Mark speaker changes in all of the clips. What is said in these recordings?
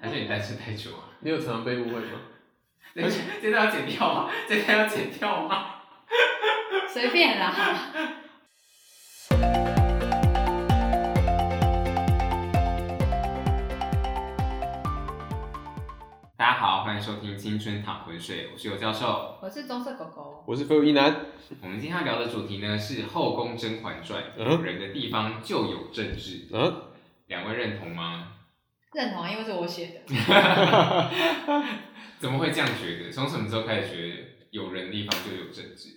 Speaker 1: 还是你单身太久 了？
Speaker 2: 你有常常被误会吗？
Speaker 1: 这这段要剪掉吗？ 这段要剪掉吗？
Speaker 3: 随便啦。
Speaker 1: 大家好，欢迎收听《青春淌浑水》，我是尤教授。
Speaker 3: 我是棕色狗狗，
Speaker 2: 我是废物一男，
Speaker 1: 我们今天要聊的主题呢是《后宫甄嬛传》，
Speaker 2: 嗯
Speaker 1: 有人的地方就有政治，
Speaker 2: 嗯，
Speaker 1: 两位认同 吗？
Speaker 3: 认同啊，因为是我写的。
Speaker 1: 怎么会这样觉得？从什么时候开始觉得有人的地方就有政治？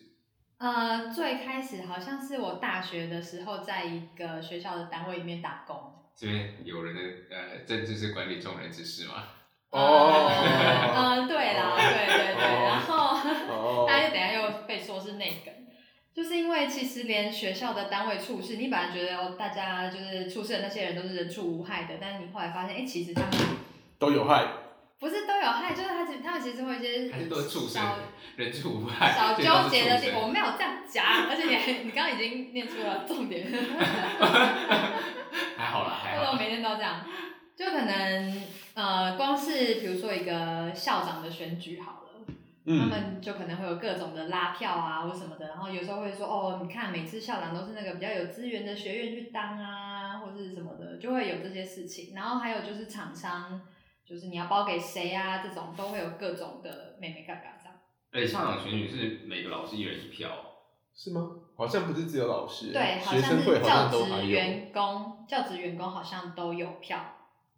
Speaker 3: 呃，最开始好像是我大学的时候，在一个学校的单位里面打工。
Speaker 1: 这边有人的呃政治是管理众人之事吗？
Speaker 3: 嗯、
Speaker 2: 哦，
Speaker 3: 呃对啦，对对对，
Speaker 2: 哦
Speaker 3: 然后。
Speaker 2: 哦，
Speaker 3: 大家就等一下又被说是内梗，就是因为其实连学校的单位处事，你本来觉得哦，大家就是处事的那些人都是人畜无害的，但是你后来发现，哎、其实他们
Speaker 2: 都有害，
Speaker 3: 不是都有害，就是他其他们其实会有一些
Speaker 1: 还是都是畜生
Speaker 3: 小，
Speaker 1: 人畜无害，
Speaker 3: 小
Speaker 1: 所以都
Speaker 3: 纠
Speaker 1: 是
Speaker 3: 结的
Speaker 1: 畜
Speaker 3: 地
Speaker 1: 生
Speaker 3: 方，我没有这样讲，而且你还你刚刚已经念出了 重点，
Speaker 1: 还好啦，还
Speaker 3: 为什
Speaker 1: 好
Speaker 3: 么
Speaker 1: 啦。
Speaker 3: 每天都这样？就可能呃，光是比如说一个校长的选举好了。他
Speaker 2: 嗯，
Speaker 3: 们就可能会有各种的拉票啊或什么的，然后有时候会说哦，你看每次校长都是那个比较有资源的学院去当啊，或是什么的，就会有这些事情。然后还有就是厂商，就是你要包给谁啊，这种都会有各种的妹妹嘎嘎这样。
Speaker 1: 而且校长选举是每个老师一人一票，
Speaker 2: 是吗？好像不是只有老师，
Speaker 3: 对，好
Speaker 2: 学
Speaker 3: 像
Speaker 2: 生
Speaker 3: 是
Speaker 2: 会好
Speaker 3: 教
Speaker 2: 像都还
Speaker 3: 职
Speaker 2: 有，
Speaker 3: 员工，教职员工好像都有票。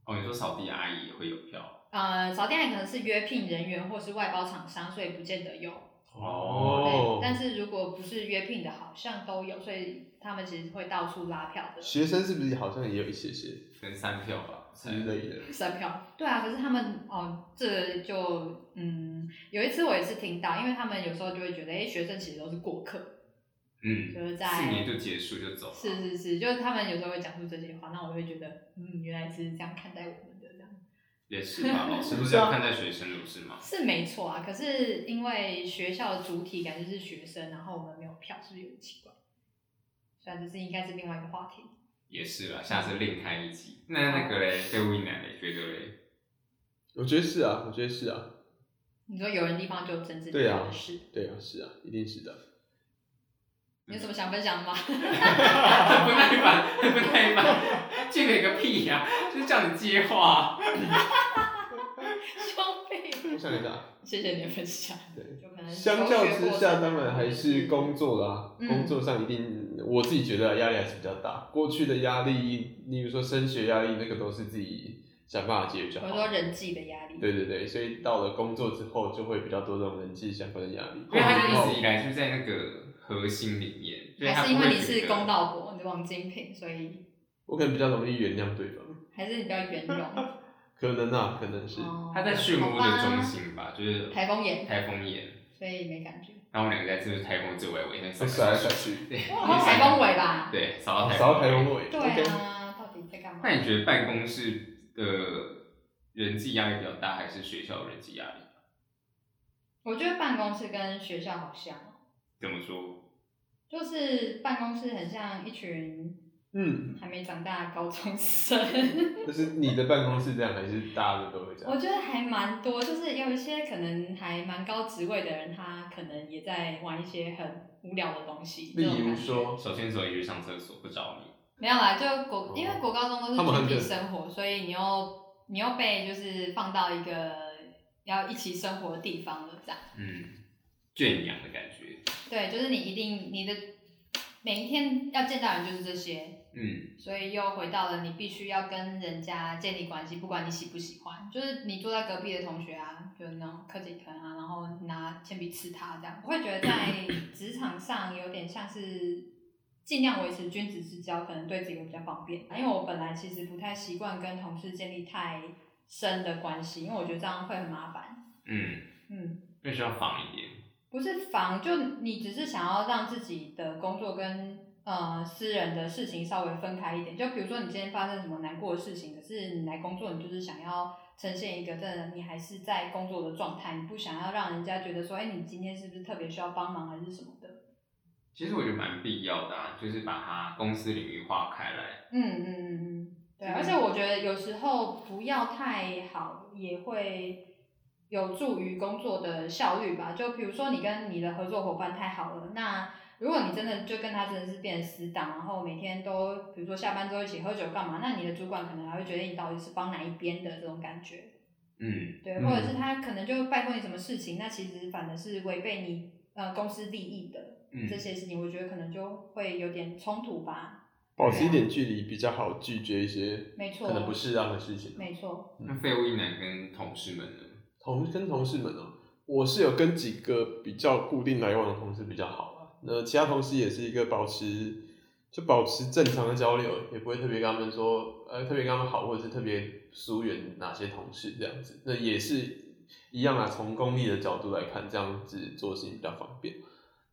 Speaker 1: 哦，你说扫地阿姨也会有票，
Speaker 3: 呃，早店还可能是约聘人员或是外包厂商，所以不见得有。
Speaker 2: 哦
Speaker 3: 对，但是如果不是约聘的，好像都有，所以他们其实会到处拉票的。
Speaker 2: 学生是不是好像也有一些些
Speaker 1: 可能三票吧，
Speaker 2: 之类的？
Speaker 3: 三票。对啊，可是他们哦，这就嗯，有一次我也是听到，因为他们有时候就会觉得，哎、学生其实都是过客，
Speaker 1: 嗯，
Speaker 3: 就是在
Speaker 1: 四年就结束就走了，
Speaker 3: 是是是，就是他们有时候会讲出这些话，那我会觉得，嗯，原来是这样看待我们的这样，
Speaker 1: 也是吧？老师不是这
Speaker 2: 啊
Speaker 1: 样看待学生的，不是吗？
Speaker 3: 是没错啊。可是因为学校的主体感觉是学生，然后我们没有票，是不是有点奇怪？虽然这是应该是另外一个话题。
Speaker 1: 也是啦，下次另开一集。那那个嘞，废物一男嘞，觉得嘞，
Speaker 2: 我觉得是啊，我觉得是啊，
Speaker 3: 你说有人地方就有政治
Speaker 2: 对啊
Speaker 3: 的事，
Speaker 2: 对啊，是啊，一定是 的。
Speaker 3: 你有什么想分享的吗？
Speaker 1: 不耐烦，不耐烦，这个个屁呀、就是叫你接话。
Speaker 3: 兄弟，
Speaker 2: 我想一下，啊
Speaker 3: 谢谢你的分享。
Speaker 2: 对，
Speaker 3: 就可能
Speaker 2: 相较之下，当然还是工
Speaker 3: 工。
Speaker 2: 作啦，
Speaker 3: 嗯
Speaker 2: 工作上一定我自己觉得压力还是比较大。过去的压力，例如说升学压力，那个都是自己想办法解决就
Speaker 3: 我
Speaker 2: 好。
Speaker 3: 说人际的压力。
Speaker 2: 对对对，所以到了工作之后，就会比较多这种人际相关的压力。
Speaker 1: 因为他
Speaker 3: 就
Speaker 1: 就一直以来就在那个核心里面，所以他
Speaker 3: 还
Speaker 1: 不
Speaker 3: 是因
Speaker 1: 会
Speaker 3: 为你
Speaker 1: 觉
Speaker 3: 是
Speaker 1: 得
Speaker 3: 公道婆，你是王金平，所以
Speaker 2: 我可能比较容易原谅对方，
Speaker 3: 还是你比较圆融。
Speaker 2: 可能啊，可 能是。
Speaker 3: 哦
Speaker 1: 他在漩涡的中。心吧，就是
Speaker 3: 台风眼
Speaker 1: 台风眼，
Speaker 3: 所以没感觉。
Speaker 1: 然后我们两个在这个台风最尾尾，那
Speaker 2: 被甩来甩，去，
Speaker 1: 对，
Speaker 3: 哦台风尾吧
Speaker 1: 对，扫到
Speaker 2: 啊
Speaker 1: 台
Speaker 2: 扫到台风。尾。
Speaker 3: 对啊，到底在干嘛？
Speaker 1: 那你觉得办公室的人际压力比较大，还是学校的人际压力？
Speaker 3: 我觉得办公室跟学校好像哦，
Speaker 1: 怎么说？
Speaker 3: 就是办公室很像一群
Speaker 2: 嗯，
Speaker 3: 还没长大的高中生。
Speaker 2: 就是你的办公室这样，还是大家的都会这
Speaker 3: 我
Speaker 2: 样？
Speaker 3: 觉得还蛮多，就是有一些可能还蛮高职位的人，他可能也在玩一些很无聊的东西。这种
Speaker 2: 例如
Speaker 3: 感觉
Speaker 2: 说，
Speaker 1: 手牵手一起去上厕所不找你，
Speaker 3: 没有啦，就国因为国高中
Speaker 2: 哦他
Speaker 3: 都
Speaker 2: 们
Speaker 3: 是
Speaker 2: 很
Speaker 3: 群体
Speaker 2: 认
Speaker 3: 生活，所以你又你又被就是放到一个要一起生活的地方了，这样。
Speaker 1: 嗯，圈养的感觉，
Speaker 3: 对，就是你一定你的每一天要见到人就是这些，
Speaker 1: 嗯，
Speaker 3: 所以又回到了你必须要跟人家建立关系，不管你喜不喜欢，就是你坐在隔壁的同学啊，就那种柯景腾啊，然后拿铅笔刺他这样，我会觉得在职场上有点像是尽量维持君子之交，可能对自己会比较方便。啊因为我本来其实不太习惯跟同事建立太深的关系，因为我觉得这样会很麻烦。
Speaker 1: 嗯，
Speaker 3: 嗯，
Speaker 1: 那需要防一点，嗯
Speaker 3: 不是防，就你只是想要让自己的工作跟呃私人的事情稍微分开一点。就比如说你今天发生什么难过的事情，可是你来工作，你就是想要呈现一个真的你还是在工作的状态，你不想要让人家觉得说，哎、你今天是不是特别需要帮忙还是什么的。
Speaker 1: 其实我觉得蛮必要的、啊，就是把它公司领域划开来，
Speaker 3: 嗯嗯嗯嗯，对对，而且我觉得有时候不要太好，也会有助于工作的效率吧。就比如说你跟你的合作伙伴太好了，那如果你真的就跟他真的是变成死党，然后每天都比如说下班之后一起喝酒干嘛，那你的主管可能还会觉得你到底是帮哪一边的这种感觉。
Speaker 1: 嗯，
Speaker 3: 对，
Speaker 2: 嗯
Speaker 3: 或者是他可能就拜托你什么事情，那其实反而是违背你呃公司利益的
Speaker 1: 嗯
Speaker 3: 这些事情，我觉得可能就会有点冲突吧。
Speaker 2: 保持一点距离比较好，拒绝一些
Speaker 3: 啊没错
Speaker 2: 可能不适当的事情。啊嗯
Speaker 3: 没错，
Speaker 1: 那废物一男跟同事们呢？
Speaker 2: 同跟同事们哦、我是有跟几个比较固定来往的同事比较好啊，那其他同事也是一个保持就保持正常的交流，也不会特别跟他们说呃特别跟他们好，或者是特别疏远哪些同事这样子，那也是一样啊。从功利的角度来看，这样子做事情比较方便。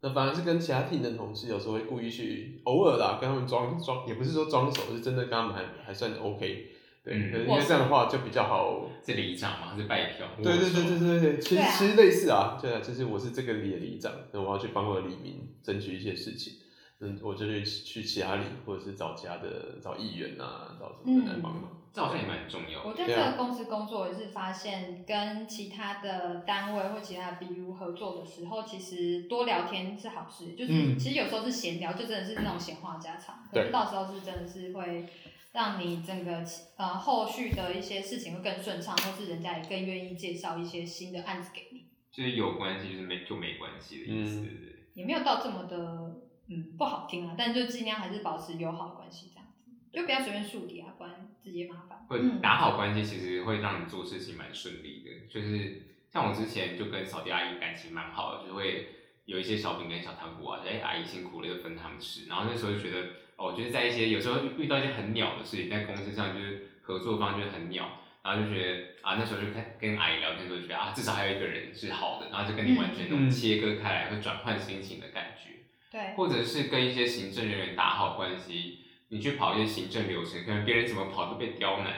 Speaker 2: 那反而是跟其他 team 的同事，有时候会故意去偶尔啦，跟他们装装，也不是说装熟，是真的跟他们还还算 OK。对，
Speaker 1: 嗯
Speaker 2: 可能因为这样的话就比较好
Speaker 1: 是里长吗？还是拜票？
Speaker 2: 对对对对对对，其实、
Speaker 3: 对啊
Speaker 2: 其实类似啊，对啊，就是我是这个里的里长，那我要去帮我的里民争取一些事情，嗯，我就去去其他里，或者是找其他的找议员啊，找什么的来
Speaker 3: 嗯
Speaker 2: 帮忙。
Speaker 1: 这好像也蛮重要
Speaker 3: 我
Speaker 1: 的。
Speaker 3: 在这
Speaker 2: 对啊
Speaker 3: 个公司工作也是发现，跟其他的单位或其他的 BU 合作的时候，其实多聊天是好事，就是、
Speaker 2: 嗯
Speaker 3: 其实有时候是闲聊，就真的是那种闲话家常，可
Speaker 2: 对
Speaker 3: 是到时候是真的是会。让你整个呃后续的一些事情会更顺畅，或是人家也更愿意介绍一些新的案子给你。
Speaker 1: 就是有关系，就是没就没关系的意思，
Speaker 2: 嗯
Speaker 1: 对不对？
Speaker 3: 也没有到这么的嗯不好听啊，但就尽量还是保持友好的关系这样子，就不要随便树敌啊，不然自己也麻烦。
Speaker 1: 或者
Speaker 3: 嗯，
Speaker 1: 打好关系，其实会让你做事情蛮顺利的。就是像我之前就跟扫地阿姨感情蛮好的，就会有一些小饼干、小糖果啊，就哎、阿姨辛苦了，就分他们吃。然后那时候就觉得，哦，就是在一些有时候遇到一些很鸟的事情，在公司上就是合作方就是很鸟，然后就觉得啊，那时候就跟跟阿姨聊天的时候就觉得啊，至少还有一个人是好的，然后就跟你完全那种
Speaker 2: 嗯
Speaker 1: 切割开来，会转换心情的感觉。
Speaker 3: 对，
Speaker 1: 或者是跟一些行政人员打好关系，你去跑一些行政流程，可能别人怎么跑都被刁难，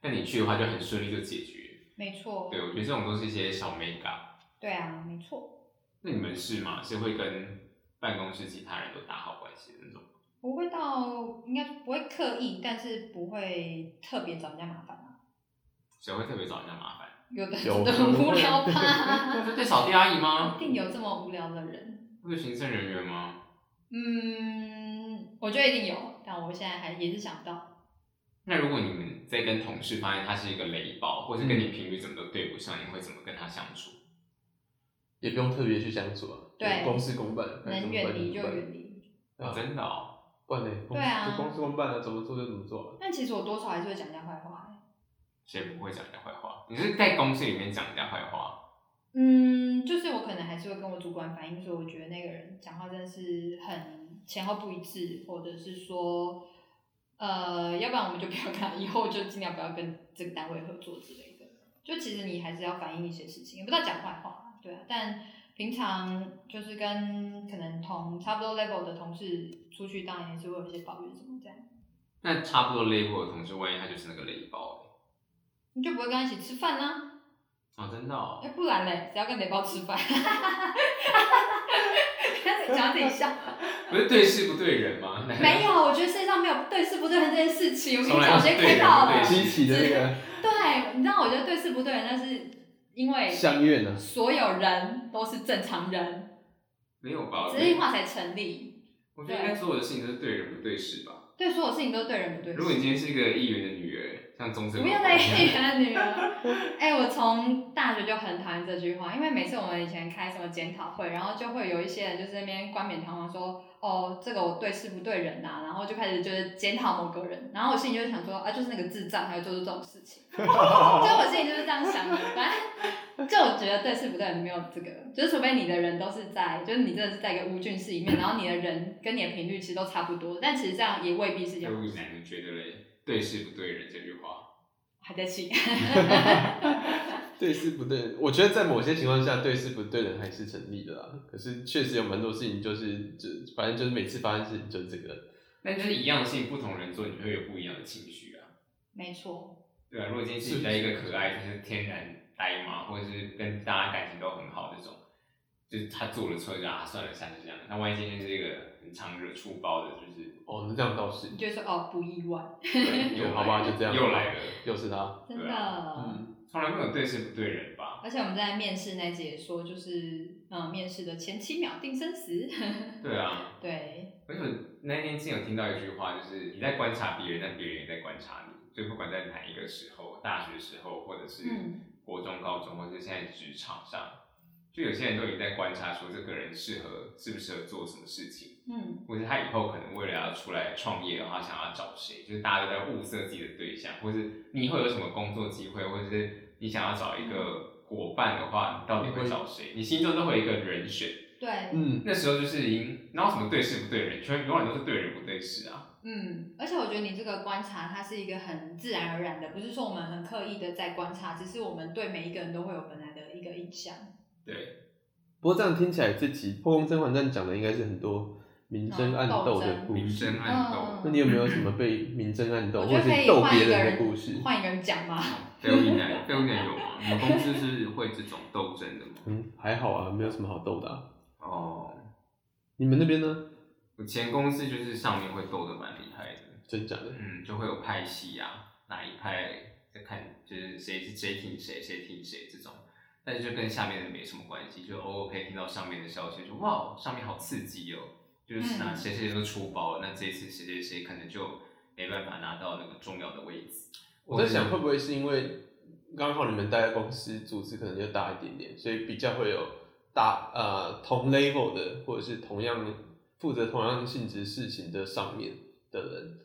Speaker 1: 但你去的话就很顺利就解决。
Speaker 3: 没错，
Speaker 1: 对，我觉得这种都是一些小美感。
Speaker 3: 对啊，没错。
Speaker 1: 那你们是吗？是会跟办公室其他人都打好关系的那种？
Speaker 3: 不会到应该不会刻意，但是不会特别找人家麻烦啊。
Speaker 1: 谁会特别找人家麻烦？
Speaker 3: 有的
Speaker 2: 有
Speaker 3: 真的很无聊
Speaker 1: 那
Speaker 3: 吧？
Speaker 1: 是对扫地阿姨
Speaker 3: 一
Speaker 1: 吗？
Speaker 3: 定有这么无聊的人。
Speaker 1: 会行政人员吗？
Speaker 3: 嗯，我觉得一定有，但我现在还也是想不到。
Speaker 1: 那如果你们在跟同事发现他是一个雷包，或是跟你频率怎么都对不上，你会怎么跟他相处？
Speaker 2: 也不用特别去相处啊，
Speaker 3: 对
Speaker 2: 公事公办，该
Speaker 3: 能
Speaker 2: 怎么办
Speaker 3: 远离就
Speaker 2: 怎么办
Speaker 3: 远离。
Speaker 2: 啊
Speaker 1: 真的哦，
Speaker 2: 不然呢？公
Speaker 3: 对啊
Speaker 2: 就公事公办啊，怎么做就怎么做啊、
Speaker 3: 但其实我多少还是会讲人家坏话、欸。
Speaker 1: 谁不会讲人家坏话？你是在公司里面讲人家坏话？
Speaker 3: 嗯，就是我可能还是会跟我主管反映说，我觉得那个人讲话真的是很前后不一致，或者是说，呃，要不然我们就不要跟他，以后就尽量不要跟这个单位合作之类的。就其实你还是要反映一些事情，也不知道讲坏话啊，对啊。但平常就是跟可能同差不多 level 的同事出去，当然也是会有一些抱怨什么这样，
Speaker 1: 那差不多 level 的同事，万一他就是那个雷包
Speaker 3: 你就不会跟他一起吃饭啦、
Speaker 1: 欸哦，真的、
Speaker 3: 哎、
Speaker 1: 哦，
Speaker 3: 不然嘞，谁要跟雷包吃饭？ 讲自己笑。
Speaker 1: 不是对事不对人吗？
Speaker 3: 没有，我觉得世界上没有对事不对人这件事情，我跟
Speaker 1: 从
Speaker 3: 你
Speaker 1: 来
Speaker 3: 讲，我
Speaker 1: 都是对人不
Speaker 3: 先看到了
Speaker 1: 对。事
Speaker 2: 激起的那个
Speaker 3: 对，你知道，我觉得对事不对人，但是因为
Speaker 2: 相怨啊，
Speaker 3: 所有人都是正常人，
Speaker 1: 没有吧？
Speaker 3: 职业化才成立。
Speaker 1: 我觉得应该所有的事情都是对人不对事吧。
Speaker 3: 对，所有事情都对人不对
Speaker 1: 如果你
Speaker 3: 事。
Speaker 1: 今天是一个议员的女儿，像中正，
Speaker 3: 不要再 一言女儿。哎、我从大学就很讨厌这句话，因为每次我们以前开什么检讨会，然后就会有一些人就是在那边冠冕堂皇说，哦，这个我对事不对人呐、然后就开始就是检讨某个人，然后我心里就想说，啊，就是那个智障，还有做出这种事情。所以我心里就是这样想的，反正就我觉得对事不对人没有这个，就是除非你的人都是在，就是你真的是在一个无菌室里面，然后你的人跟你的频率其实都差不多，但其实这样也未必是一件
Speaker 1: 就
Speaker 3: 好
Speaker 1: 为
Speaker 3: 事。
Speaker 1: 难，你觉得嘞？对事不对人这句话，
Speaker 3: 还在气，
Speaker 2: 对事不对人，我觉得在某些情况下对事不对人还是成立的啦。可是确实有蛮多事情就是就反正就是每次发生事情就是这个，
Speaker 1: 那就是一样的事情，不同人做，你会有不一样的情绪啊。
Speaker 3: 没错，
Speaker 1: 对啊，如果今天是比较一个可爱，就是天然呆嘛，或者是跟大家感情都很好这种，就是他做了错就啊算了，下次这样。那万一今天是一个很很常惹出包的，就是
Speaker 2: 哦，那这样倒是
Speaker 3: 你，就会说哦不意外，
Speaker 1: 对又来
Speaker 2: 有
Speaker 1: 了
Speaker 2: 好吧，就这样，
Speaker 1: 又来了，
Speaker 2: 又是他，
Speaker 3: 真的。
Speaker 1: 对
Speaker 2: 啊嗯，
Speaker 1: 从来没有对事不对人吧？
Speaker 3: 而且我们在面试那集也说，就是嗯，面试的前七秒定生死。
Speaker 1: 对啊，
Speaker 3: 对，
Speaker 1: 而且我那天之前有听到一句话，就是你在观察别人，但别人也在观察你。就不管在哪一个时候，大学时候，或者是
Speaker 3: 嗯
Speaker 1: 国中、高中，或者是现在职场上，就有些人都已经在观察说这个人适合适不适合做什么事情。
Speaker 3: 嗯
Speaker 1: 或者他以后可能为了要出来创业的话，想要找谁，就是大家都在物色自己的对象，或是你以后有什么工作机会，或者是你想要找一个伙伴的话，你到底会找谁？你心中都会有一个人选。
Speaker 3: 对，
Speaker 2: 嗯，
Speaker 1: 那时候就是已经，哪有什么对事不对人，全永远都是对人不对事啊。
Speaker 3: 嗯，而且我觉得你这个观察，它是一个很自然而然的，不是说我们很刻意的在观察，只是我们对每一个人都会有本来的一个印象。
Speaker 1: 对，
Speaker 2: 不过这样听起来，这集《破空甄嬛传》讲的应该是很多明争暗斗的故
Speaker 1: 明
Speaker 2: 事
Speaker 1: 争。暗斗，
Speaker 2: 那你有没有什么被明争暗斗
Speaker 3: 我
Speaker 2: 或
Speaker 3: 觉
Speaker 2: 者
Speaker 3: 得可
Speaker 2: 是
Speaker 3: 以
Speaker 2: 斗
Speaker 3: 换
Speaker 2: 别
Speaker 3: 一个
Speaker 2: 人的故事？
Speaker 3: 换一个人讲嘛。
Speaker 1: 贝乌奶，贝乌奶有吗？啊你们公司是会这种斗争的吗？
Speaker 2: 嗯，还好啊，没有什么好斗的、啊。
Speaker 1: 哦，
Speaker 2: 你们那边呢？
Speaker 1: 我前公司就是上面会斗得蛮厉害的。
Speaker 2: 真假的？
Speaker 1: 嗯，就会有派系啊，哪一派在看，就是谁是谁听谁，谁听谁这种，但是就跟下面的没什么关系，就偶尔可以听到上面的消息，就哇，上面好刺激哦，就是哪
Speaker 3: 嗯
Speaker 1: 谁谁谁都出包了，那这一次谁谁谁可能就没办法拿到那个重要的位置。
Speaker 2: 我在想，会不会是因为刚好你们待的公司组织可能就大一点点，所以比较会有大呃同 level 的，或者是同样负责同样性质事情的上面的人，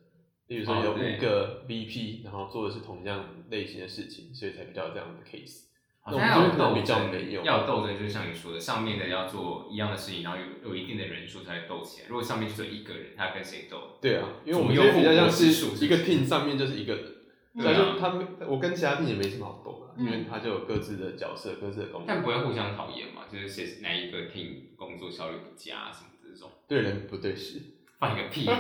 Speaker 2: 例如说有
Speaker 1: 哦对
Speaker 2: 五个 VP，然后做的是同样类型的事情，所以才比较有这样的 case。
Speaker 1: 好
Speaker 2: 那我
Speaker 1: 像要
Speaker 2: 们这边可能
Speaker 1: 斗
Speaker 2: 比较
Speaker 1: 争
Speaker 2: 没有
Speaker 1: 要斗争，就像你说的，上面的要做一样的事情，然后有有一定的人数才会斗起来。如果上面就只有一个人，他跟谁斗？
Speaker 2: 对啊，因为我们这
Speaker 1: 左右
Speaker 2: 边比较
Speaker 1: 互搏
Speaker 2: 像
Speaker 1: 之术
Speaker 2: 是一个
Speaker 1: 是不是
Speaker 2: team 上面就是一个人，
Speaker 1: 对
Speaker 2: 所以
Speaker 1: 啊
Speaker 2: 就他们我跟其他 team 也没什么好斗的，因为
Speaker 3: 嗯
Speaker 2: 他就有各自的角色、各自的工作
Speaker 1: 但，不会互相讨厌嘛？就是谁哪一个听工作效率不佳什么的这种，
Speaker 2: 对人不对事。
Speaker 1: 放个 屁！
Speaker 3: 又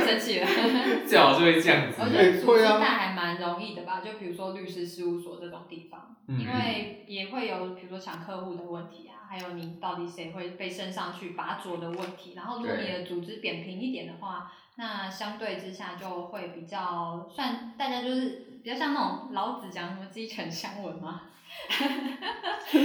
Speaker 3: 生气了。
Speaker 1: 最好是会这样子
Speaker 3: 我觉
Speaker 1: 的。
Speaker 3: 得组
Speaker 2: 啊
Speaker 3: 织带还蛮容易的吧，就比如说律师事务所这种地方，
Speaker 2: 嗯
Speaker 3: 因为也会有比如说抢客户的问题啊，还有你到底谁会被升上去拔擢的问题。然后如果
Speaker 1: 对
Speaker 3: 你的组织扁平一点的话，那相对之下就会比较算大家就是比较像那种老子讲什么鸡犬相闻嘛，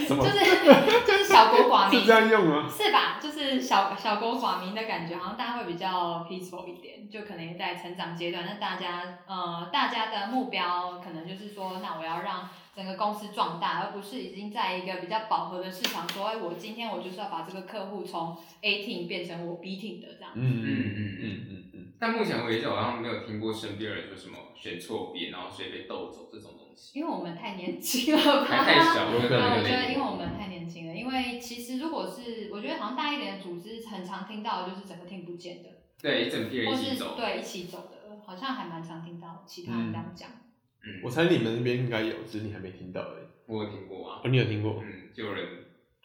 Speaker 2: 什么
Speaker 3: 就是 就是小国寡民
Speaker 2: 是这样用吗？
Speaker 3: 是吧？就是小小国寡民的感觉，好像大家会比较 peaceful 一点，就可能在成长阶段，那大家呃，大家的目标可能就是说，那我要让整个公司壮大，而不是已经在一个比较饱和的市场，说，哎，我今天我就是要把这个客户从 A team 变成我 B team 的这样。
Speaker 2: 嗯
Speaker 1: 嗯嗯嗯。
Speaker 2: 嗯嗯
Speaker 1: 但目前为止，我好像没有听过身边人说什么选错别，然后谁被斗走这种东西，
Speaker 3: 因为我们太年轻了吧？
Speaker 1: 还太 小，
Speaker 2: 有可
Speaker 3: 对，
Speaker 2: 能
Speaker 3: 我觉
Speaker 1: 没
Speaker 3: 得因为
Speaker 1: 听
Speaker 3: 我
Speaker 1: 过
Speaker 3: 们太年轻了，因为其实如果是我觉得好像大一点的组织，很常听到的就是整个 team 不见的，
Speaker 1: 对一整批人
Speaker 3: 或
Speaker 1: 一
Speaker 3: 是
Speaker 1: 起走，
Speaker 3: 对一起走的，好像还蛮常听到其他人这样讲。
Speaker 1: 嗯
Speaker 2: 我猜你们那边应该有，只是你还没听到而已。
Speaker 1: 我有听过啊，
Speaker 2: 哦，你有听过？
Speaker 1: 嗯，就有人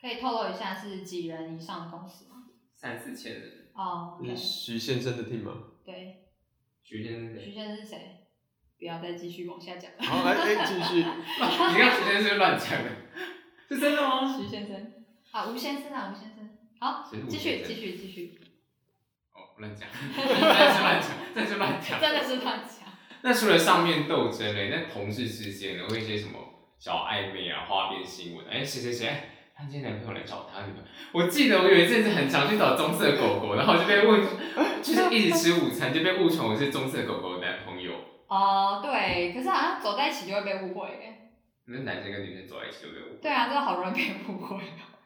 Speaker 3: 可以透露一下是几人以上的公司吗？
Speaker 1: 三四千人，
Speaker 3: 哦、o
Speaker 1: 嗯
Speaker 2: 是
Speaker 3: k
Speaker 2: 徐先生的 team 吗？
Speaker 3: 对，
Speaker 1: 徐先生，
Speaker 3: 徐
Speaker 1: 你
Speaker 3: 先生是谁？不要再继续往下讲了。
Speaker 2: 好，来，哎，继续。
Speaker 1: 看徐先生是乱讲的，是真的吗？
Speaker 3: 徐先生啊，吴先生啊，吴先生，好
Speaker 1: 谁是吴，
Speaker 3: 继
Speaker 1: 先
Speaker 3: 续
Speaker 1: 生
Speaker 3: 继续继 续，
Speaker 1: 哦，乱讲， 真的是乱讲，真的是乱讲，
Speaker 3: 真的是乱讲。
Speaker 1: 那除了上面斗争嘞，那同事之间呢，会一些什么小暧昧啊、花边新闻？哎，谁谁谁，哎他今天男朋友来找他女朋友。我记得我有一阵子很常去找棕色狗狗，然后就被问，就是一直吃午餐就被误传我是棕色狗狗的男朋友。
Speaker 3: 哦、对，可是好像走在一起就会被误会耶。
Speaker 1: 那男生跟女生走在一起就被误会，
Speaker 3: 对啊，这个好容易被误会。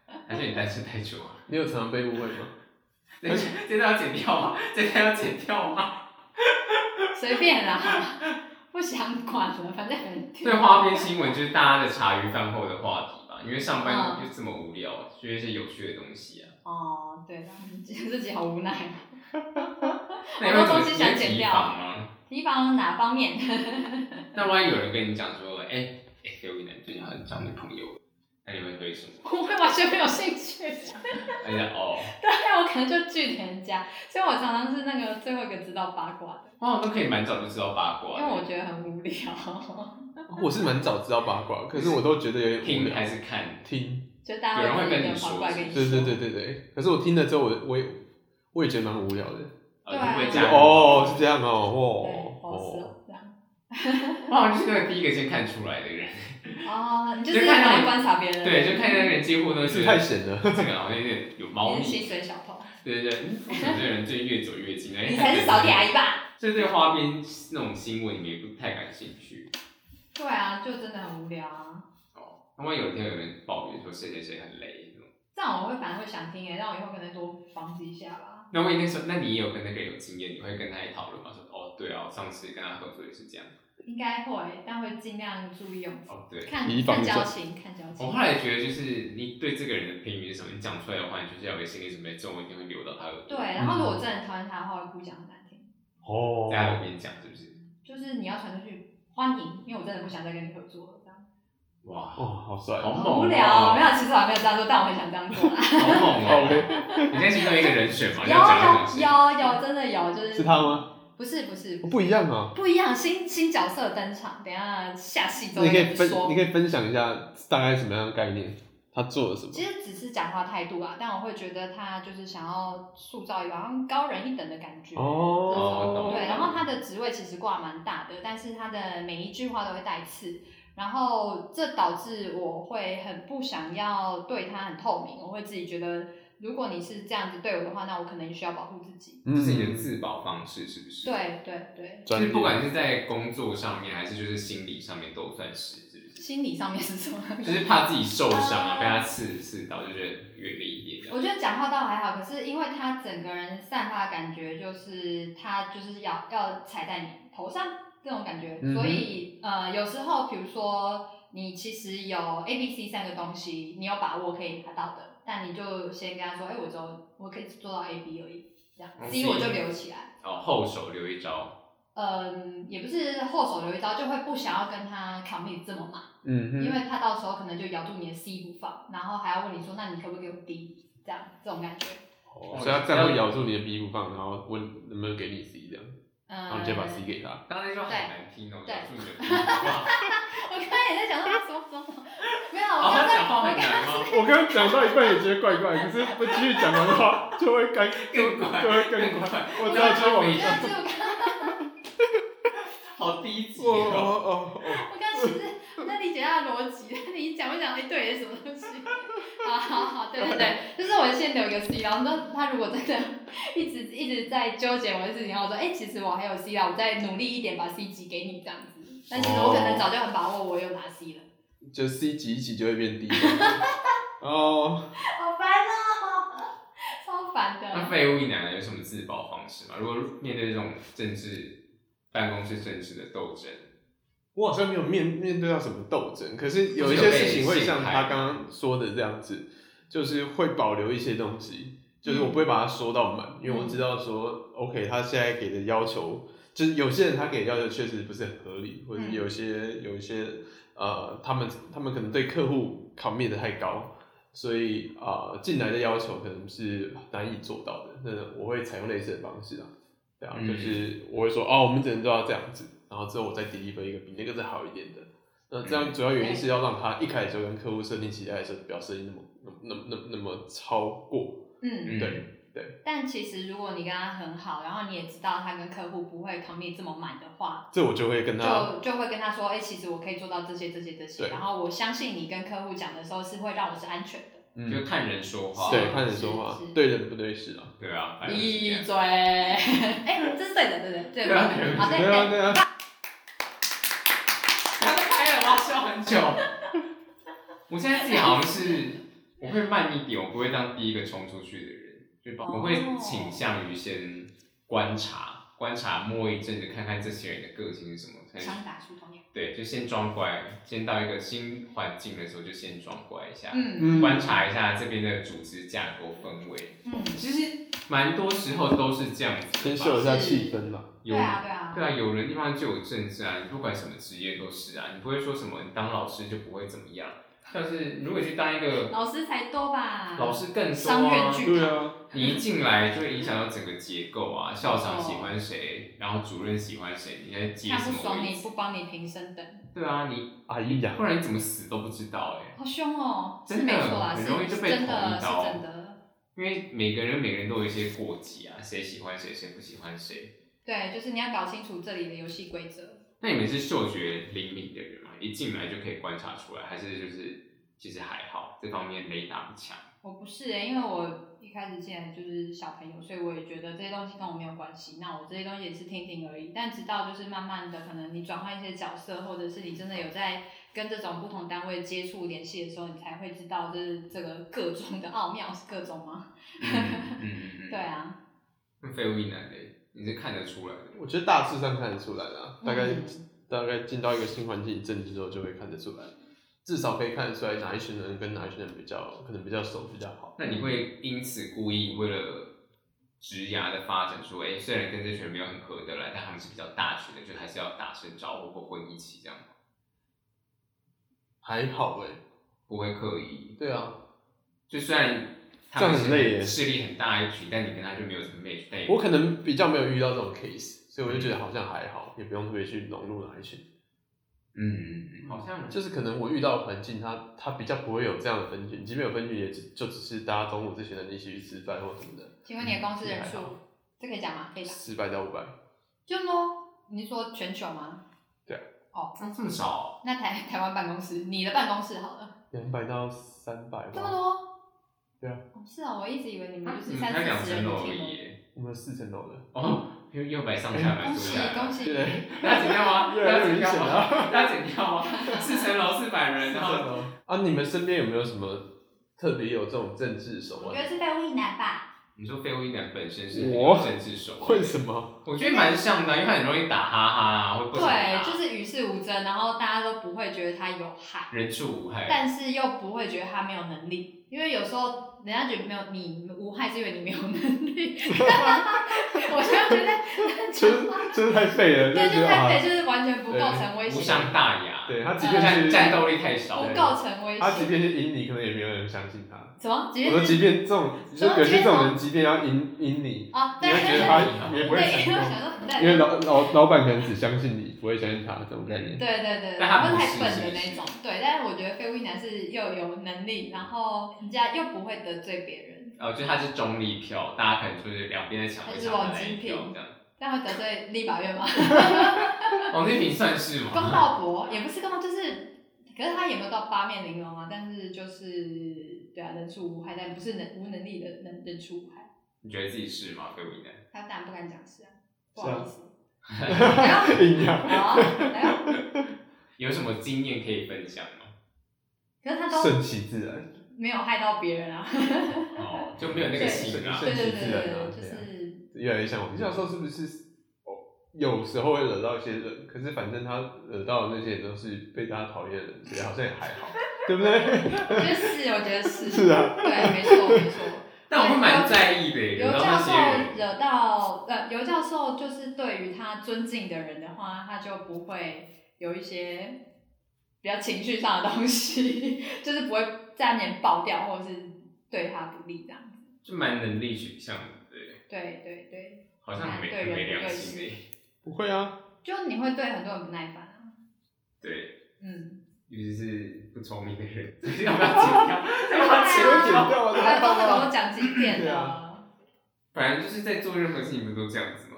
Speaker 3: 哦
Speaker 1: 还是你单身太久了？
Speaker 2: 你有常常被误会吗？
Speaker 1: 对，这段要剪掉吗？这段要剪掉吗？
Speaker 3: 随便啦，不想管了，反正很
Speaker 1: 对，花边新闻就是大家的茶余饭后的话题吧，因为上班
Speaker 3: 嗯
Speaker 1: 就这么无聊，学一些有趣的东西啊。
Speaker 3: 哦，对啦，自己好 无奈。
Speaker 1: 那你会
Speaker 3: 好
Speaker 1: 怎
Speaker 3: 多东
Speaker 1: 么
Speaker 3: 西想
Speaker 1: 你会
Speaker 3: 剪
Speaker 1: 提
Speaker 3: 掉
Speaker 1: 防吗？
Speaker 3: 提防哪方面？
Speaker 1: 那万一有人跟你讲说，哎、哎，刘一男最近很找女朋友，那你会回什么？
Speaker 3: 我会完全没有兴趣。
Speaker 1: 哎呀，哦，
Speaker 3: 对，我可能就拒点人家，所以我常常是那个最后一个知道八卦的，
Speaker 1: 哇，都可以蛮早就知道八卦
Speaker 3: 因为我
Speaker 1: 的，
Speaker 3: 觉得很无聊，
Speaker 2: 我是蛮早知道八卦，可是我都觉得有点无
Speaker 1: 听还
Speaker 2: 聊。
Speaker 1: 是看？
Speaker 2: 听，
Speaker 3: 就大家
Speaker 1: 有人会
Speaker 3: 会自己
Speaker 1: 跟你
Speaker 3: 跑
Speaker 1: 说
Speaker 3: 过来
Speaker 1: 是
Speaker 3: 跟
Speaker 1: 不
Speaker 3: 你
Speaker 1: 是
Speaker 2: 对对对对对。可是我听了之后，我我也我也觉得蛮无聊的。
Speaker 1: 呃，
Speaker 3: 对啊
Speaker 1: 不会这样
Speaker 2: 哦，是这样哦，
Speaker 3: 对，
Speaker 2: 哦
Speaker 3: 我是
Speaker 2: 哦，
Speaker 3: 哦这样。
Speaker 1: 我好像就是那个第一个先看出来的人，
Speaker 3: 哦，你就是
Speaker 1: 就看
Speaker 3: 很
Speaker 1: 到
Speaker 3: 容易
Speaker 1: 你
Speaker 3: 观察别人。
Speaker 1: 对，就看那个人几乎都
Speaker 2: 是
Speaker 1: 是
Speaker 2: 太闲了。
Speaker 1: 这个好像有点有猫腻
Speaker 3: 你是，薪水小偷，
Speaker 1: 对对对，嗯为什么这个人最近越走越近？哎
Speaker 3: 你才是扫地阿姨吧？
Speaker 1: 所以对花边那种新闻你也不太感兴趣。
Speaker 3: 对啊，就真的很无聊啊。
Speaker 1: 哦，那万一有一天有人抱怨说谁谁谁很累，
Speaker 3: 这样我会反而会想听耶，让我以后可能多防止一下吧。
Speaker 1: 那万一那时候，那你也有跟那个人有经验，你会跟他也讨论吗？说哦，对啊，我上次跟他合作也是这样。
Speaker 3: 应该会，但会尽量注意用词，
Speaker 1: 哦，对。
Speaker 3: 看
Speaker 2: 以防哦
Speaker 3: 看交
Speaker 2: 着
Speaker 3: 情，看交情。
Speaker 1: 我后来觉得，就是你对这个人的评语是什么，你讲出来的话，你就是要有心理准备，这种一定会流到他耳朵。
Speaker 3: 对，啊然后如果
Speaker 2: 嗯
Speaker 3: 我真的讨厌他的话，我故意讲很难听，
Speaker 2: 哦，
Speaker 1: 在他耳边讲，是不是？
Speaker 3: 就是你要传出去欢迎，因为我真的不想再跟你合作了，这样。
Speaker 1: 哇，
Speaker 2: 哦，
Speaker 1: 好
Speaker 2: 好帅。
Speaker 1: 好猛哦
Speaker 3: 好无聊，没有，其实我还没有这样做，但我很想这样做 啦。
Speaker 1: 猛哦！你现在心中有一个人选嘛？
Speaker 3: 有
Speaker 1: 你要讲这种事
Speaker 3: 有有有，真的有，就是
Speaker 2: 是他？吗？
Speaker 3: 不是不是
Speaker 2: 哦，不一样啊。
Speaker 3: 不一样，新新角色登场，等一下下戏之
Speaker 2: 那你
Speaker 3: 后
Speaker 2: 可
Speaker 3: 再
Speaker 2: 以
Speaker 3: 跟
Speaker 2: 分，
Speaker 3: 说
Speaker 2: 你。可以分享一下大概什么样的概念？他做了什么？
Speaker 3: 其实只是讲话态度啊，但我会觉得他就是想要塑造一个好像高人一等的感觉。
Speaker 1: 哦懂
Speaker 2: 哦，
Speaker 3: 对，然后他的职位其实挂蛮大的，但是他的每一句话都会带刺，然后这导致我会很不想要对他很透明，我会自己觉得，如果你是这样子对我的话，那我可能需要保护自己。
Speaker 1: 这是你的自保方式，是不是？。
Speaker 3: 对对对，
Speaker 1: 就
Speaker 2: 嗯专
Speaker 1: 是
Speaker 2: 业
Speaker 1: 不管是在工作上面，还是就是心理上面，都算是，是不是？
Speaker 3: 心理上面是什嗯么？
Speaker 1: 就是怕自己受伤啊，被他刺刺到，就觉得远离一点这样。
Speaker 3: 我觉得讲话倒还好，可是因为他整个人散发的感觉就是他就是要要踩在你头上这种感觉，
Speaker 2: 嗯哼
Speaker 3: 所以呃有时候比如说你其实有 A、B、C 三个东西，你有把握可以拿到的，但你就先跟他说，哎、我只有我可以做到 A、B 而已，这样
Speaker 1: 嗯
Speaker 3: C
Speaker 1: 所以
Speaker 3: 我就留起来。
Speaker 1: 哦，后手留一招，
Speaker 3: 嗯，也不是后手留一招，就会不想要跟他 commit 这么满，
Speaker 2: 嗯
Speaker 3: 因
Speaker 2: 哼，
Speaker 3: 为他到时候可能就咬住你的 C 不放，然后还要问你说，那你可不可以给我 D？这样这种感觉。
Speaker 2: 哦所以他这样会咬住你的鼻不放，然后问能不能给你 C 这样，然后
Speaker 3: 嗯，
Speaker 2: 哦你直接把 C 给他。
Speaker 1: 刚才就好难听哦，
Speaker 3: 对
Speaker 1: 咬住你的鼻子哇
Speaker 3: 嗯我刚才也在想说他什么什么，没有，我
Speaker 1: 好
Speaker 3: 刚
Speaker 1: 好
Speaker 3: 才
Speaker 1: 讲话
Speaker 3: 我
Speaker 1: 很
Speaker 3: 刚
Speaker 1: 难吗？
Speaker 2: 我刚刚讲到一半也觉得怪怪，可是不继续讲完的话就会更
Speaker 1: 更怪
Speaker 2: 就会更
Speaker 1: 更
Speaker 2: 怪
Speaker 1: 怪。
Speaker 2: 我知道就往
Speaker 3: 没有，其
Speaker 2: 上。
Speaker 3: 实我刚
Speaker 1: 好低级
Speaker 2: 哦
Speaker 1: 哦。
Speaker 2: 哦哦！
Speaker 3: 我刚其实我在理解他的逻辑，但你讲不讲一对什么东西？好好好，对对对，就是我先留一个 C，然后那他如果真的一直一直在纠结我的事情，然后我说，哎、其实我还有 C 啦，我再努力一点把 C 挤给你这样子，但其实我可能早就很把握我有拿 C 了，
Speaker 2: 就 C 挤一挤就会变低。 哦，
Speaker 3: 好烦哦、超烦的。嗯
Speaker 1: 那废物一男有什么自保方式吗？如果面对这种政治办公室政治的斗争，
Speaker 2: 我好像没有面面对到什么斗争，可是有一些事情会像他刚刚说的这样子，就是会保留一些东西，就是我不会把它说到满，因为我知道说，OK，他现在给的要求，就是有些人他给的要求确实不是很合理，或者
Speaker 3: 嗯
Speaker 2: 有些有一些呃，他们他们可能对客户 commit 的太高，所以啊、呃进来的要求可能是难以做到的。那我会采用类似的方式啊，对啊，
Speaker 1: 嗯
Speaker 2: 就是我会说哦，我们只能做到这样子，然后之后我再 deliver 一个比那个再好一点的。那这样主要原因是要让他一开始就跟客户设定期待的时候，不要设定那么那么那么那么超过。
Speaker 3: 嗯
Speaker 1: 嗯，
Speaker 2: 对
Speaker 3: 但其实如果你跟他很好，然后你也知道他跟客户不会 commit 这么满的话，
Speaker 2: 这我就会跟他
Speaker 3: 就就会跟他说，哎、其实我可以做到这些、这些、这些。
Speaker 2: 对
Speaker 3: 然后我相信你跟客户讲的时候是会让我是安全的。
Speaker 2: 嗯，
Speaker 1: 就看人说话，
Speaker 2: 对看人说话
Speaker 3: 是是，
Speaker 2: 对人不对事啊。
Speaker 1: 对啊，反正是这
Speaker 3: 闭
Speaker 1: 样
Speaker 3: 嘴！哎、这是对的，对的，对
Speaker 1: 对
Speaker 3: 的。
Speaker 1: 啊对啊
Speaker 3: 啊，对
Speaker 2: 对啊
Speaker 3: 对。
Speaker 2: 对啊，
Speaker 1: 他开了，我要笑很久。我现在自己好像是，我会慢一点，我不会当第一个冲出去的人，就包
Speaker 3: 哦
Speaker 1: 我会倾向于先观察，观察摸一阵子，看看这些人的个性是什么，才
Speaker 3: 枪打出头鸟。
Speaker 1: 对，就先装乖，先到一个新环境的时候就先装乖一下，
Speaker 3: 嗯
Speaker 2: 嗯，
Speaker 1: 观察一下这边的组织架构氛围，
Speaker 3: 嗯，
Speaker 1: 其实蛮多时候都是这样子的吧，
Speaker 2: 先秀一下气氛啦。
Speaker 1: 有
Speaker 3: 对啊，对啊。
Speaker 1: 对啊，有人地方就有政治啊，你不管什么职业都是啊，你不会说什么你当老师就不会怎么样，但是如果你去当一个
Speaker 3: 老师才多吧？
Speaker 1: 老师更多
Speaker 3: 商
Speaker 1: 啊
Speaker 3: 院，剧
Speaker 2: 对啊，
Speaker 1: 你一进来就会影响到整个结构啊，校长喜欢谁，然后主任喜欢谁，你在接
Speaker 3: 他
Speaker 1: 什
Speaker 3: 不
Speaker 1: 么
Speaker 3: 爽
Speaker 1: 位
Speaker 3: 你，
Speaker 1: 置
Speaker 3: 不？帮你评升等，
Speaker 1: 对啊，你
Speaker 2: 哎呀
Speaker 1: 不然你怎么死都不知道哎、
Speaker 3: 好凶哦！是
Speaker 1: 真的
Speaker 3: 没错啦，
Speaker 1: 很
Speaker 3: 是
Speaker 1: 容易就被
Speaker 3: 真
Speaker 1: 捅
Speaker 3: 的
Speaker 1: 一
Speaker 3: 是
Speaker 1: 刀
Speaker 3: 真的。
Speaker 1: 因为每个人每个人都有一些过节啊，谁喜欢谁，谁不喜欢谁。
Speaker 3: 对，就是你要搞清楚这里的游戏规则。
Speaker 1: 那你们是嗅觉灵敏的人吗？一进来就可以观察出来，还是就是其实还好，这方面雷达不强？
Speaker 3: 我不是、欸，因为我一开始进来就是小朋友，所以我也觉得这些东西跟我没有关系。那我这些东西也是听听而已。但直到就是慢慢的，可能你转换一些角色，或者是你真的有在跟这种不同单位接触联系的时候，你才会知道这这个各种的奥妙是各种吗？
Speaker 1: 嗯嗯嗯。
Speaker 3: 对啊，
Speaker 1: 那废物一男嘞，你是看得出来的。
Speaker 2: 我觉得大致上看得出来啦，大概、
Speaker 3: 嗯
Speaker 2: 大概进到一个新环境一阵子之后就会看得出来，至少可以看得出来哪一群人跟哪一群人比较可能比较熟比较好。
Speaker 1: 那你会因此故意为了职涯的发展说，哎、虽然跟这群人没有很合得来，但他们是比较大群的，就还是要打声招呼或混一起这样吗？
Speaker 2: 还好哎、
Speaker 1: 不会刻意。
Speaker 2: 对啊，
Speaker 1: 就虽然他们
Speaker 2: 这样很累
Speaker 1: 是
Speaker 2: 耶
Speaker 1: 势力很大一群，但你跟他就没有什么 match，但也
Speaker 2: 我可能比较没有遇到这种 case，所以我就觉得好像还好，也不用特别去融入哪一群。
Speaker 1: 嗯，嗯嗯好像
Speaker 2: 就是可能我遇到的环境它，它比较不会有这样的分群，即便有分群，也只就只是大家中午这群人一起去吃饭或什么的，
Speaker 3: 请问你的公司人
Speaker 2: 嗯还
Speaker 3: 数
Speaker 2: 好，
Speaker 3: 这可以讲吗？可以吧？
Speaker 2: 四百到五百，
Speaker 3: 就么？你是说全球吗？
Speaker 2: 对啊。
Speaker 3: 哦，
Speaker 1: 那这么少，
Speaker 3: 那台台湾办公室，你的办公室好了，
Speaker 2: 两百到三百
Speaker 3: 这么
Speaker 2: 吧。
Speaker 3: 多？
Speaker 2: 对啊
Speaker 3: 哦。是啊，我一直以为你们就
Speaker 1: 你
Speaker 3: 是
Speaker 1: 们
Speaker 3: 三
Speaker 1: 才嗯两
Speaker 3: 四十
Speaker 1: 层
Speaker 3: 人
Speaker 1: 楼
Speaker 3: 的
Speaker 1: 而
Speaker 3: team
Speaker 1: 已
Speaker 3: 哦。
Speaker 1: 耶。
Speaker 2: 我们四层 楼的，
Speaker 1: 哦，又又白上下来，
Speaker 3: 恭
Speaker 1: 是
Speaker 3: 喜
Speaker 1: 不是？
Speaker 3: 恭喜！
Speaker 2: 对
Speaker 1: 大家剪掉吗？
Speaker 2: 越来越明
Speaker 1: 大家
Speaker 2: 显
Speaker 1: 剪掉吗
Speaker 2: 了。
Speaker 1: 大家剪掉吗？四层楼四百人，然后
Speaker 2: 啊，你们身边有没有什么特别有这种政治手
Speaker 3: 我
Speaker 2: 腕
Speaker 3: 觉？得是在为难吧。
Speaker 1: 你说废物一男本身是
Speaker 2: 我
Speaker 1: 政治手腕，
Speaker 2: 为什么？
Speaker 1: 我觉得蛮像的，啊因为他很容易打哈哈啊，会不爽
Speaker 3: 对，
Speaker 1: 啊
Speaker 3: 就是与世无争，然后大家都不会觉得他有害，
Speaker 1: 人畜无害。
Speaker 3: 但是又不会觉得他没有能力，因为有时候人家觉得没有你无害，是因为你没有能 力。我现在觉得
Speaker 2: 就是就是 太废了，
Speaker 3: 对，
Speaker 2: 觉
Speaker 3: 就
Speaker 2: 得
Speaker 3: 太
Speaker 2: 啊，
Speaker 3: 废，就是完全不构成威
Speaker 1: 无
Speaker 3: 胁，
Speaker 1: 伤大雅，
Speaker 2: 对他即
Speaker 3: 呃
Speaker 2: 便
Speaker 1: 战
Speaker 2: 是
Speaker 1: 战斗力太少了。
Speaker 3: 不构成威
Speaker 2: 他即
Speaker 3: 胁。
Speaker 2: 便是赢你，可能也没有人相信他。
Speaker 3: 什么？即
Speaker 2: 我
Speaker 3: 便
Speaker 2: 说，
Speaker 3: 是
Speaker 2: 即便这种，就
Speaker 3: 什么
Speaker 2: 有些这种
Speaker 3: 即便什
Speaker 2: 人，即便要赢赢你，
Speaker 3: 啊，
Speaker 2: 你
Speaker 3: 对
Speaker 2: 会
Speaker 3: 对
Speaker 2: 觉得
Speaker 3: 对
Speaker 2: 他也不会
Speaker 3: 对，因
Speaker 2: 成功，
Speaker 3: 为我想说，
Speaker 2: 因为
Speaker 3: 对
Speaker 2: 老老老板可能只相信你，不会相信他这种概念。
Speaker 3: 对对对，
Speaker 1: 但他不
Speaker 3: 不太
Speaker 1: 是
Speaker 3: 笨
Speaker 1: 是
Speaker 3: 的
Speaker 1: 不是
Speaker 3: 那种，对。但是我觉得废物一男是又有能力，然后人家又不会得罪别人，
Speaker 1: 呃，就他是中立票，大家可能就是两边的抢着抢的那一票这样。
Speaker 3: 但会得罪立法院吗？
Speaker 1: 王金平算是吗？
Speaker 3: 公道博也不是公道，就是，可是他也没有到八面玲珑啊，但是就是对啊，人畜无害，但不是能无能力的能人畜无害，
Speaker 1: 你觉得自己是吗？费伟南？
Speaker 3: 他当然不敢讲是啊，不
Speaker 2: 是
Speaker 3: 好
Speaker 2: 啊
Speaker 3: 意思。
Speaker 2: 一样。
Speaker 3: 好，来哦
Speaker 1: 有什么经验可以分享吗？
Speaker 3: 可是他都
Speaker 2: 顺其自然，
Speaker 3: 没有害到别人啊。
Speaker 1: 哦，就没有那个心啊。
Speaker 2: 对
Speaker 3: 对
Speaker 2: 对
Speaker 3: 对
Speaker 2: 对
Speaker 3: 对
Speaker 2: 对
Speaker 3: 对，
Speaker 2: 就
Speaker 3: 就是是
Speaker 2: 越来越像我。你小时候是不是哦？有时候会惹到一些人，可是反正他惹到的那些人都是被大家讨厌的人，所以好像也还好，对不 对？
Speaker 3: 我觉得是，我觉得是，
Speaker 2: 是啊
Speaker 3: 对，没错没错。
Speaker 1: 但我会蛮在意的耶，
Speaker 3: 尤
Speaker 1: 有到
Speaker 3: 教
Speaker 1: 那
Speaker 3: 授
Speaker 1: 些人。
Speaker 3: 惹到呃，尤教授就是对于他尊敬的人的话，他就不会有一些比较情绪上的东西， 就是不会在面爆掉，或者是对他不利这样子。
Speaker 1: 就蛮能力取向的，对，
Speaker 3: 对对对，
Speaker 1: 好像很没
Speaker 3: 对
Speaker 1: 很没
Speaker 3: 人
Speaker 1: 良心
Speaker 3: 对
Speaker 1: 诶。
Speaker 2: 不会啊，
Speaker 3: 就你会对很多人不耐烦啊，
Speaker 1: 对，
Speaker 3: 嗯，
Speaker 1: 尤其是不聪明的人， 要不要剪掉？要不要
Speaker 3: 对啊
Speaker 1: 剪
Speaker 2: 剪
Speaker 1: 掉？
Speaker 2: 掉啊，
Speaker 3: 我
Speaker 2: 这个
Speaker 3: 都不
Speaker 2: 棒
Speaker 3: 懂
Speaker 2: 啊
Speaker 3: 我讲几点
Speaker 2: 对
Speaker 3: 了。
Speaker 1: 反正就是在做任何事情不都这样子吗？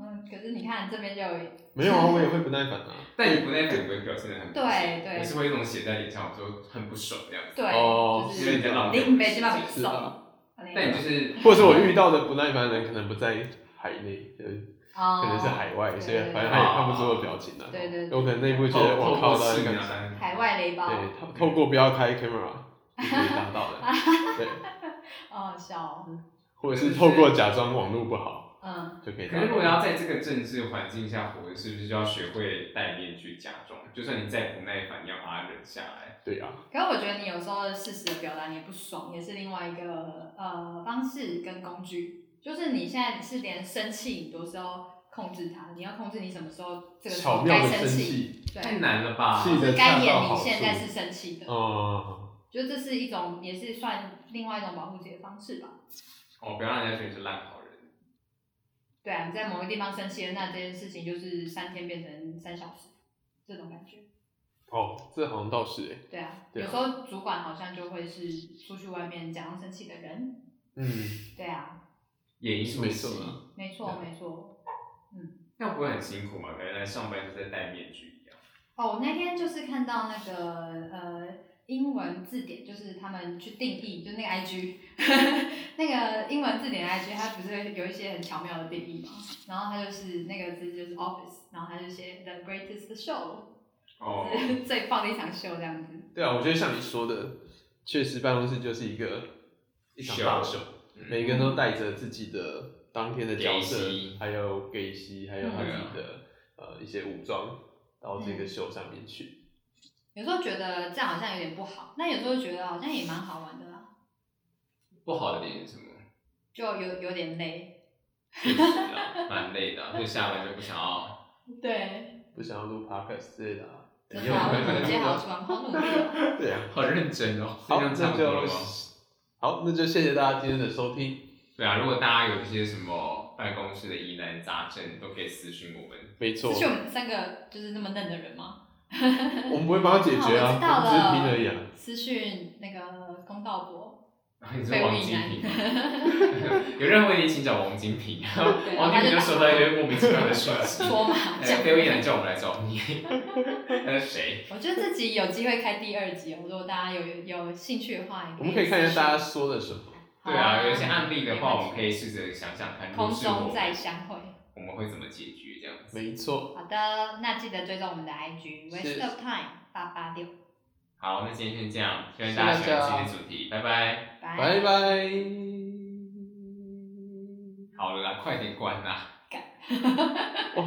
Speaker 3: 嗯，可是你看这边就有，
Speaker 2: 没有啊，我也会不耐烦 啊。
Speaker 1: 但你不耐烦，不会表现的很不爽
Speaker 3: 对对
Speaker 1: 我是会有一种写在脸上，我就很不爽这样子。
Speaker 3: 对，
Speaker 2: 哦
Speaker 3: 就是
Speaker 1: 因为你在浪费我的时间。
Speaker 3: 林北基本上
Speaker 2: 是啊，
Speaker 1: 但你就是，
Speaker 2: 或者是我遇到的不耐烦的人，可能不在海内，就是
Speaker 3: 哦
Speaker 2: 可能是海外，所以
Speaker 1: 哦
Speaker 3: 对
Speaker 2: 反正他也看不出我表情啊。
Speaker 3: 对对对
Speaker 2: 我可能内部觉
Speaker 1: 透
Speaker 2: 得
Speaker 1: 透
Speaker 2: 我靠，
Speaker 1: 过
Speaker 2: 到
Speaker 1: 视
Speaker 2: 底干
Speaker 1: 频
Speaker 2: 嘛
Speaker 1: 啊，
Speaker 3: 海外雷包，
Speaker 2: 对，透透过不要开 camera 就可以达到 的，对，
Speaker 3: 哦，笑哦，
Speaker 2: 或者是透过假装网络不好
Speaker 3: 嗯，
Speaker 2: 就可以
Speaker 1: 可
Speaker 2: 达
Speaker 1: 是如
Speaker 2: 到
Speaker 1: 果。要在这个政治环境下活着，是不是就要学会戴面具假装？就算你再不耐烦，你要把它忍下来。
Speaker 2: 对啊，
Speaker 3: 可是我觉得你有时候适时的表达你的不爽，也是另外一个呃方式跟工具。就是你现在是连生气，你都是要控制它，你要控制你什么时候这个时
Speaker 2: 巧
Speaker 3: 候
Speaker 2: 妙
Speaker 3: 该
Speaker 2: 的
Speaker 3: 生
Speaker 2: 生
Speaker 3: 气，
Speaker 2: 气，
Speaker 1: 太
Speaker 3: 对，
Speaker 1: 难了吧？
Speaker 2: 气得
Speaker 3: 该
Speaker 2: 恰到
Speaker 3: 演
Speaker 2: 好
Speaker 3: 你
Speaker 2: 处
Speaker 3: 现在是生气的，
Speaker 2: 哦，
Speaker 3: 就这是一种也是算另外一种保护自己的方式吧。
Speaker 1: 哦，不要让人家觉得是烂好人。
Speaker 3: 对啊，你在某个地方生气了，那这件事情就是三天变成三小时，这种感觉。
Speaker 2: 哦，这好像倒是哎，
Speaker 3: 对啊，
Speaker 2: 对啊
Speaker 3: 有时候主管好像就会是出去外面假装生气的人。
Speaker 2: 嗯，
Speaker 3: 对啊，
Speaker 1: 演艺术
Speaker 2: 没
Speaker 1: 系
Speaker 2: 错啊
Speaker 3: 没错没错。
Speaker 1: 那不会很辛苦吗？感觉来上班就在戴面具一样。
Speaker 3: 哦，我那天就是看到那个呃英文字典，就是他们去定义，就那个 IG，那个英文字典的 IG，它不是有一些很巧妙的定义嘛？然后它就是那个字就是 office，然后它就写 the greatest show，
Speaker 1: 哦，
Speaker 3: 最棒的一场秀这样子。
Speaker 2: 对啊，我觉得像你说的，确实办公室就是一个一场大秀，
Speaker 1: 嗯
Speaker 2: 每个人都带着自己的当天的角色
Speaker 1: 给息，啊
Speaker 2: 还有给息，还有他自己的、呃一些武装到这个秀上面去。
Speaker 3: 有时候觉得这样好像有点不好，但有时候觉得好像也蛮好玩的啦，
Speaker 1: 不好的点是什么？
Speaker 3: 就有有点累。
Speaker 1: 确实啊，蛮累的啊，就下班就不想要。
Speaker 3: 对，
Speaker 2: 不想要录 podcast 之类的、啊，
Speaker 3: 真
Speaker 2: 也
Speaker 3: 的
Speaker 2: 有
Speaker 3: 好
Speaker 2: 可能
Speaker 3: 直接好爽，好努力哦。
Speaker 2: 对啊。
Speaker 1: 好认真哦，
Speaker 2: 好，
Speaker 1: 这样差
Speaker 2: 那
Speaker 1: 不
Speaker 2: 就
Speaker 1: 多了吗？
Speaker 2: 好，那就谢谢大家今天的收听。
Speaker 1: 对啊，如果大家有一些什么办公室的疑难杂症，都可以私信我们。
Speaker 2: 没错
Speaker 3: 是，去我们三个就是那么嫩的人吗？
Speaker 2: 我们不会帮他解决啊，
Speaker 3: 哦我知道
Speaker 2: 们只是听而已啊。
Speaker 3: 了。私讯那个公道博，
Speaker 1: 然后你是
Speaker 3: 废物
Speaker 1: 王
Speaker 3: 疑
Speaker 1: 金
Speaker 3: 难
Speaker 1: 平吗？有任何问题请找王金平。然后
Speaker 3: 对啊
Speaker 1: 王金哦平就收到一堆莫名其妙的讯息。
Speaker 3: 说嘛
Speaker 1: 哎，
Speaker 3: 讲
Speaker 1: 废物疑难叫我们来找你。那是谁？
Speaker 3: 我觉得自己有机会开第二集哦，如果大家有有兴趣的话，也可以
Speaker 2: 我们可以看一下大家
Speaker 3: 私讯。
Speaker 2: 说了什么。
Speaker 3: 好
Speaker 1: 对啊，有一些案例的话，我们可
Speaker 3: 以
Speaker 1: 以试着想想看，
Speaker 3: 空
Speaker 1: 如是我
Speaker 3: 中
Speaker 1: 们
Speaker 3: 再相会。
Speaker 1: 我们会怎么解决这样子。
Speaker 2: 没错，
Speaker 3: 好的，那记得追踪我们的 IG
Speaker 2: 是
Speaker 3: Waste of Time 八八六，
Speaker 1: 好，那今天先这样，希望大家喜欢今天的主题，拜拜。
Speaker 2: 拜拜。
Speaker 1: 好了啦，快点关啦。
Speaker 2: 哇，